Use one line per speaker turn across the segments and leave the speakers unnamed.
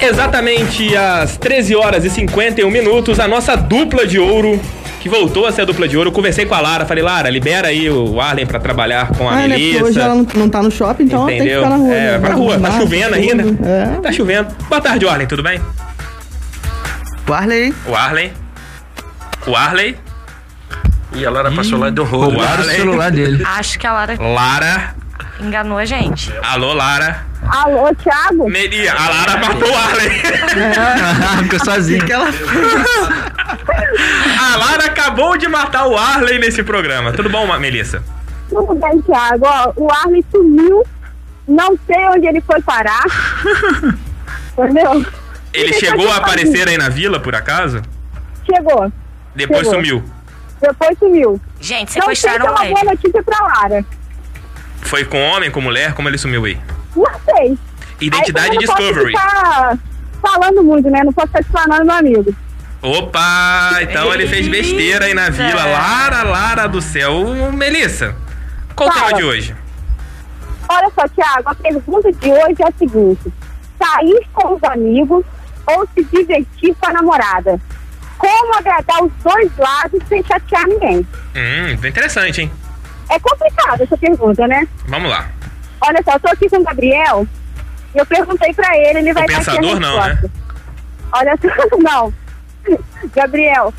Exatamente às 13 horas e 51 minutos, a nossa dupla de ouro, que voltou a ser a dupla de ouro. Eu conversei com a Lara, falei, Lara, libera aí o Arlen pra trabalhar com a
Ah, né? Porque
Melissa.
hoje ela não, não tá no shopping, então
Entendeu?
ela tem que ficar na rua.
é,
né?
vai na rua, tá
Barra, tudo.
chovendo ainda.
É.
Tá chovendo. Boa tarde, Arlen, tudo bem?
O Arley.
O Arlen. O Arlen.
E a Lara passou lá e deu rolo.
Roubaram o
Arley.
celular dele.
Acho que a Lara
Lara.
enganou a gente.
Alô, Lara.
Alô, Thiago?
Melia, a Lara matou o Arlen.
Ficou sozinho.
Que ela
A Lara acabou de matar o Arlen nesse programa. Tudo bom, Ma- Melissa?
Tudo bem, Thiago? Ó, o Arley sumiu. Não sei onde ele foi parar. Entendeu?
Ele
Fiquei
chegou a
preocupada.
aparecer aí na vila, por acaso?
Chegou.
Depois
Chegou.
sumiu.
Depois sumiu.
Gente,
Não sei se é
sequestraram
uma boa
ele.
notícia pra Lara.
Foi com homem, com mulher? Como ele sumiu aí?
Não sei.
Identidade
Aí, também
Discovery.
Não posso ficar falando muito, né? Não posso ficar explanando meu amigo.
Opa, então ele fez besteira aí na vila.
Eita.
Lara, Lara do céu. Ô, Melissa, qual o
Fala.
tema de hoje?
Olha só, Thiago, a pergunta de hoje é a seguinte: sair com os amigos ou se divertir com a namorada? Como agradar os dois lados sem chatear ninguém?
Hum, interessante, hein?
É complicado essa pergunta, né?
Vamos lá.
Olha só, eu tô aqui com o Gabriel e eu perguntei pra ele, ele vai dar aqui a
pensador não, né?
resposta. Olha só, não. Gabriel,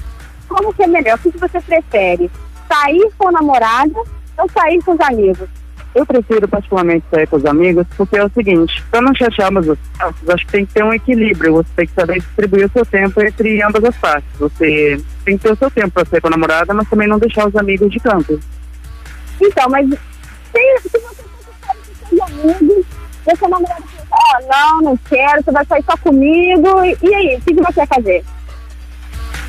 como que é melhor? O que que você prefere? Sair com o namorado ou sair com os amigos?
Eu prefiro particularmente sair com os amigos, porque é o seguinte, pra não chatear ambas as partes, acho que tem que ter um equilíbrio, você tem que saber distribuir o seu tempo entre ambas as partes. Você tem que ter o seu tempo pra sair com a namorada, mas também não deixar os amigos de canto.
Então, mas se, se você for com os amigos, e seu namorado fala, ó, não, não quero, você vai sair só comigo. E, e aí, o que, que você vai fazer?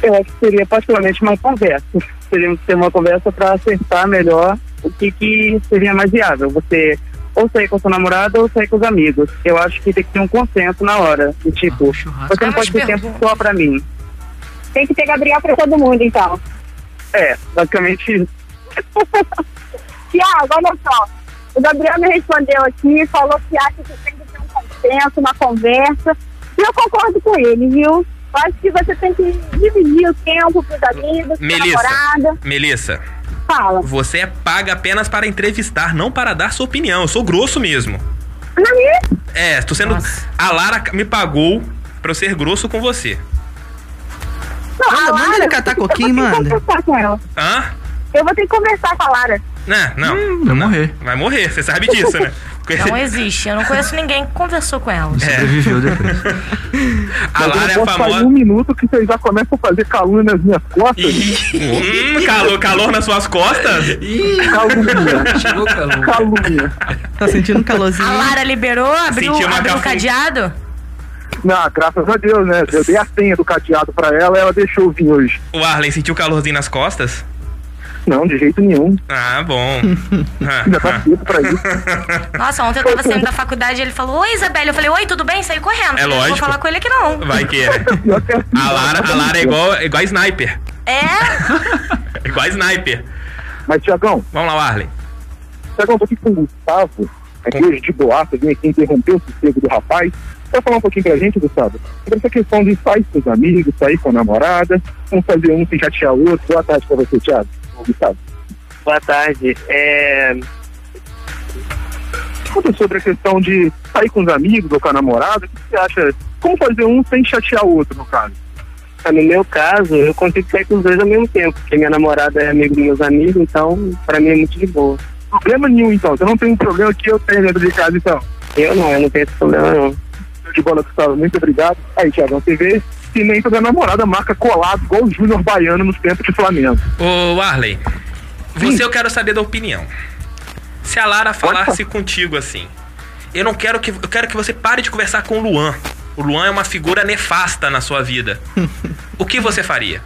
Eu acho que seria particularmente uma conversa. Teríamos que ter uma conversa pra acertar melhor o que, que seria mais viável. Você ou sair com seu namorado ou sair com os amigos. Eu acho que tem que ter um consenso na hora. Do tipo,
churrasco.
você não
Ah,
pode ter
mas
tempo só pra mim.
Tem que ter Gabriel pra todo mundo, então.
É, basicamente isso.
Tiago, olha só. O Gabriel me respondeu aqui, falou que acha que tem que ter um consenso, uma conversa. E eu concordo com ele, viu? Eu acho que você tem que dividir o tempo pros amigos, pra
Melissa.
namorada.
Melissa,
Fala.
você é paga apenas para entrevistar, não para dar sua opinião. Eu sou grosso mesmo.
Não é?
É, tô sendo. A Lara me pagou pra eu ser grosso com você.
Não,
Manda-
a
manda
Lara,
ele catar coquinho,
eu vou ter que
manda.
conversar com ela.
Hã?
Eu vou ter que conversar com a Lara.
Não, não.
Hum.
Vai morrer.
Vai morrer, você sabe disso, né?
É um
Não existe. Eu não conheço ninguém que conversou com ela.
É.
Sobreviveu depois.
A Lara
eu
é a
não posso sair
famosa.
um minuto que vocês já começam a fazer calúnia nas minhas costas.
Hum, calor, calor nas suas costas?
Calúnia,
Chegou, calor.
calúnia.
Tá sentindo um calorzinho?
A Lara liberou, abriu,
Sentiu uma
abriu o
cafu-
cadeado.
Não, graças a Deus, né? Eu dei a senha do cadeado pra ela ela deixou eu vir hoje.
O Arlen sentiu calorzinho nas costas?
Não, de jeito nenhum.
Ah, bom. Ah,
Ainda tá
ah.
cedo pra isso.
Nossa, ontem eu tava saindo da faculdade e ele falou, Oi, Isabelle. Eu falei, Oi, tudo bem? Saí correndo.
É
Eu Não vou
lógico.
falar com ele aqui não.
Vai que é.
Pior que é assim,
A Lara, a Lara é igual, é igual a sniper.
É?
É igual a sniper.
Mas, Tiagão,
Vamos lá, Arlen.
Tiagão, tô aqui com o Gustavo, aqui hoje de boaça, vim aqui interromper o sossego do rapaz. Pra falar um pouquinho pra gente, Gustavo, sobre essa questão de sair com os amigos, sair com a namorada, um fazer um sem chatear o outro. Boa tarde pra você, Thiago. Ô, Gustavo.
Boa tarde. É,
Conta sobre a questão de sair com os amigos ou com a namorada. O que você acha? Como fazer um sem chatear o outro, no caso?
Ah, no meu caso, eu consigo sair com os dois ao mesmo tempo, porque minha namorada é amigo dos meus amigos, então pra mim é muito de boa.
Problema nenhum, então. Você não tem um problema que eu tenho dentro de casa, então.
Eu não, eu não tenho esse problema não.
Show de bola, Gustavo. Muito obrigado. Aí, Thiagão, você vê que nem toda namorada marca colado, igual o Júnior Baiano nos tempos de Flamengo.
Ô, Arlen, você eu quero saber da opinião. Se a Lara falasse contigo assim, eu não quero que eu quero que você pare de conversar com o Luan. O Luan é uma figura nefasta na sua vida. O que você faria?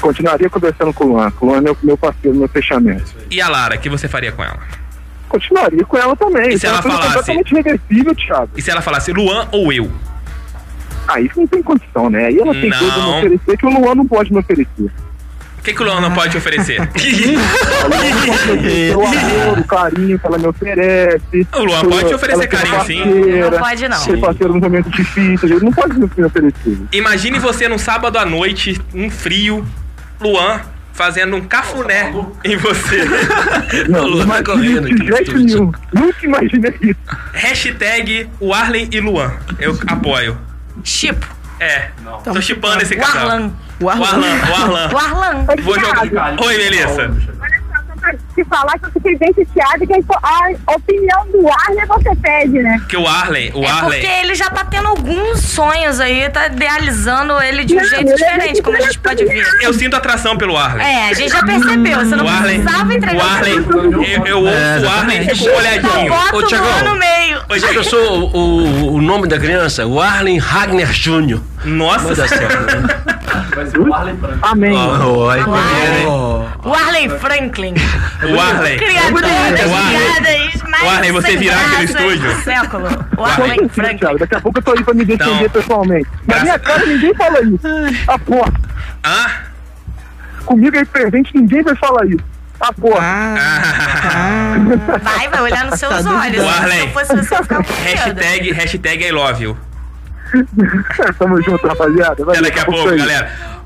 Continuaria conversando com o Luan. O Luan é meu, meu parceiro, meu fechamento.
E a Lara, o que você faria com ela?
Continuaria com ela também.
E se
Então,
ela
é uma coisa
falasse?
completamente reversível, Thiago.
E se ela falasse Luan ou eu?
Ah, isso não tem condição, né? Aí ela tem
Não.
coisa a me oferecer que o Luan não pode me oferecer.
O que, que o Luan
Ah.
não pode oferecer?
Pelo amor, o carinho que ela me oferece.
O Luan pode te oferecer
Ela que é
carinho, sim.
parceira,
Não pode, não.
Ser parceiro num momento difícil. Ele não pode me oferecer.
Imagine você num sábado à noite, um frio, Luan fazendo um cafuné
tá
em você.
O Luan tá correndo
De
aqui.
jeito nenhum. Nunca imaginei isso.
Hashtag o Arlen e Luan. Eu apoio.
Tipo,
É. Tô chipando esse
o
casal.
Arlan.
O
O
Arlan.
Arlan, o Arlan.
O Arlan.
Ô,
Vou
Thiago,
jogar. Oi,
Tá
Melissa.
Olha só, só pra te falar que eu fiquei bem chateada que a opinião do Arlen você pede, né?
Que o Arlen, o
É porque
Arlen.
ele já tá tendo alguns sonhos aí, tá idealizando ele de um
Não,
jeito
ele é
diferente, como a gente pode ver.
Eu sinto atração pelo Arlen.
É, a gente já percebeu, você não
O Arlen.
precisava
O
entregar
Arlen.
essa-
Eu, eu ouço
É,
o Arlen e
exatamente.
fico com um
Só
olhadinho.
bota
Ô,
o Luan
Tiagão.
no meio.
Ô,
Eu
gente,
sou o, o- o nome da criança, o Arlen Ragner Jr. Vai
Nossa
dar certo. né?
Amém.
Oi,
O Arlen Franklin.
o Arlen.
Criador das
O Arlen.
piadas mais
O Arlen, você
sem
virar aqui no
graças
estúdio.
do século. O
Arlen.
Arlen
Sim,
Franklin.
Thiago, daqui a pouco eu tô aí pra me defender
Então.
pessoalmente. Na
Graças-
minha cara ninguém fala isso. A porra,
Hã?
comigo aí presente ninguém vai falar isso. A porra.
Ah,
Ah.
Vai, vai olhar nos seus
Tá
olhos.
O Arlen.
Se eu fosse você, eu ficava com medo.
Hashtag, hashtag I love you.
Tamo junto, rapaziada. Valeu,
Até daqui a
é isso
pouco,
aí.
galera.